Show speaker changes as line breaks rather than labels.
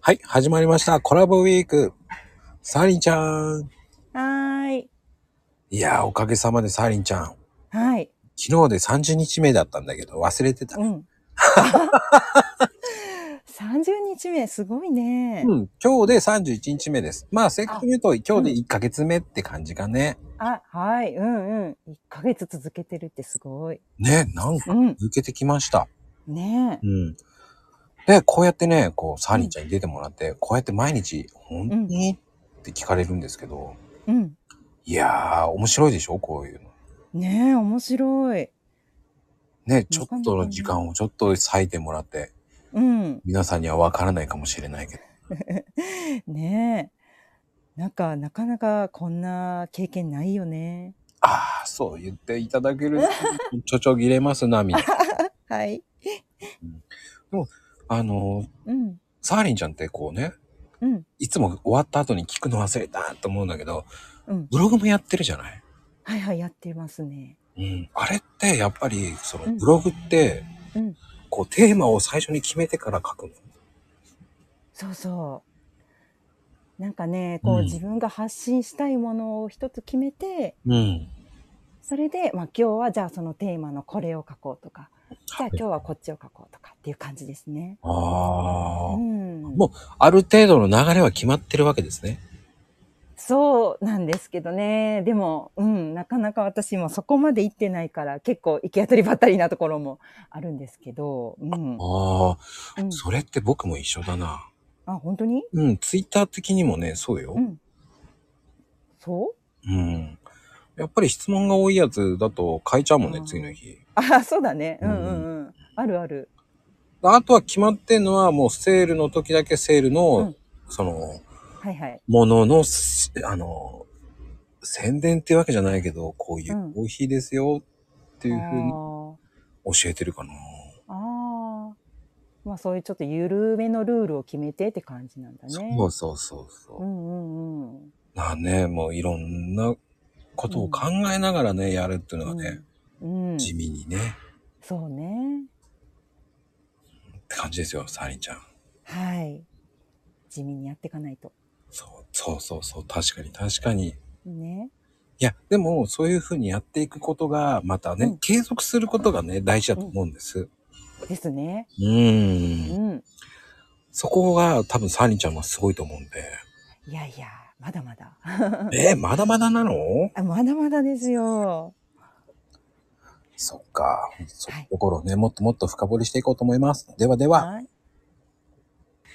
はい、始まりました。コラボウィーク。サーリンちゃん。
はーい。
いやー、おかげさまでサーリンちゃん。
はい。
昨日で30日目だったんだけど、忘れてた。
うん。30日目、すごいね。
うん、今日で31日目です。まあ、正確に言うと、今日で1ヶ月目って感じかね。
あ、はい。うんうん。1ヶ月続けてるってすごい。
ね、なんか
うん。
抜けてきました。
ね
うん。で、こうやってね、こう、サーリンちゃんに出てもらって、こうやって毎日、本当に、って聞かれるんですけど、
え。うん。
いやー、面白いでしょこういうの。
ねえ、面白い。
ね、ちょっとの時間をちょっと割いてもらって、
うん。
皆さんにはわからないかもしれないけど。
ねえ。なんか、なかなかこんな経験ないよね。
ああ、そう言っていただ けるとちょちょぎれますな、みたいな。
はい。
あの、
うん。
サーリンちゃんってこうね、
うん。
いつも終わった後に聞くの忘れたと思うんだけど、
うん。
ブログもやってるじゃない
はいはい、やってますね。
うん。あれって、やっぱり、その
うん
ブログって、
うん
こうテーマを最初に決めてから書くの。
そうそう。なんかね、こう、
うん
自分が発信したいものを一つ決めて、
うん。
それで、まあ、今日はじゃあそのテーマのこれを書こうとか、じゃあ
はい
今日はこっちを書こうとかっていう感じですね。
あ
う
あ。
ん。
もある程度の流れは決まってるわけですね。
そうなんですけどね。でも、うん、なかなか私もそこまで行ってないから、結構行き当たりばったりなところもあるんですけど、うん。
ああ、
うん、
それって僕も一緒だな。
あ、本当に
うん、ツイッター的にもね、そうよ。
うん。そう
うん。やっぱり質問が多いやつだと変えちゃうもんね
あ、ー
次の日。
あ、そうだね。うんう
うん
んうん。あるある。
あとは決まってんのはもうセールの時だけセールの、
うん
その、
はいはい。
ものの、すあの、宣伝ってわけじゃないけど、こうい
うん
うコーヒーですよっていうふうに
あー
教えてるかな。
あー。まあそういうちょっと緩めのルールを決めてって感じなんだね。
そうそうそうそうう。
んうんうん。
まあね、もういろんなことを考えながらね、やるっていうのがね、
うん、うん
地味にね、
そう
っ
ね
て感じですよ、サーリンちゃん。
はい地味にやっていかないと
そうそうそうそう、確かに確かに。
ね
いや、でも、そういうふうにやっていくことが、またね、
うん
継続することがね、大事だと思うんです。
ですね
う。
うんん
そこが、多分、サーリンちゃんはすごいと思うんで。
いやいやまだまだ
えーまだまだなの
あまだまだですよ
そっか。そう
はい
いうところをね、もっともっと深掘りしていこうと思います。ではでは。
はい